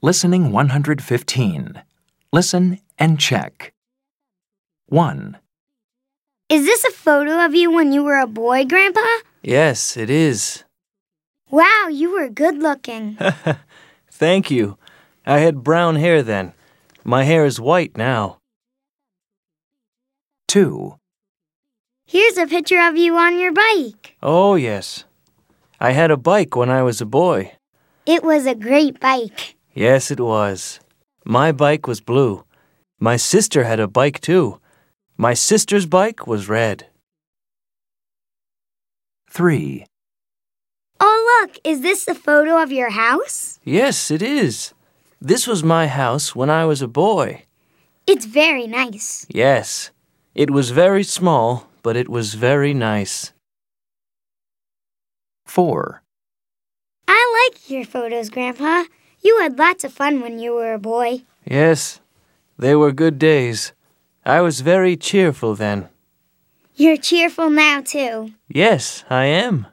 Listening 115. Listen and check. 1, Is this a photo of you when you were a boy, Grandpa? Yes, it is. Wow, you were good looking. Thank you. I had brown hair then. My hair is white now. 2, Here's a picture of you on your bike. Oh, yes. I had a bike when I was a boy. It was a great bike. Yes, it was. My bike was blue. My sister had a bike too. My sister's bike was red. 3, Oh, look, is this a photo of your house? Yes, it is. This was my house when I was a boy. It's very nice. Yes. It was very small, but it was very nice. 4, I like your photos, Grandpa. You had lots of fun when you were a boy. Yes, they were good days. I was very cheerful then. You're cheerful now, too. Yes, I am.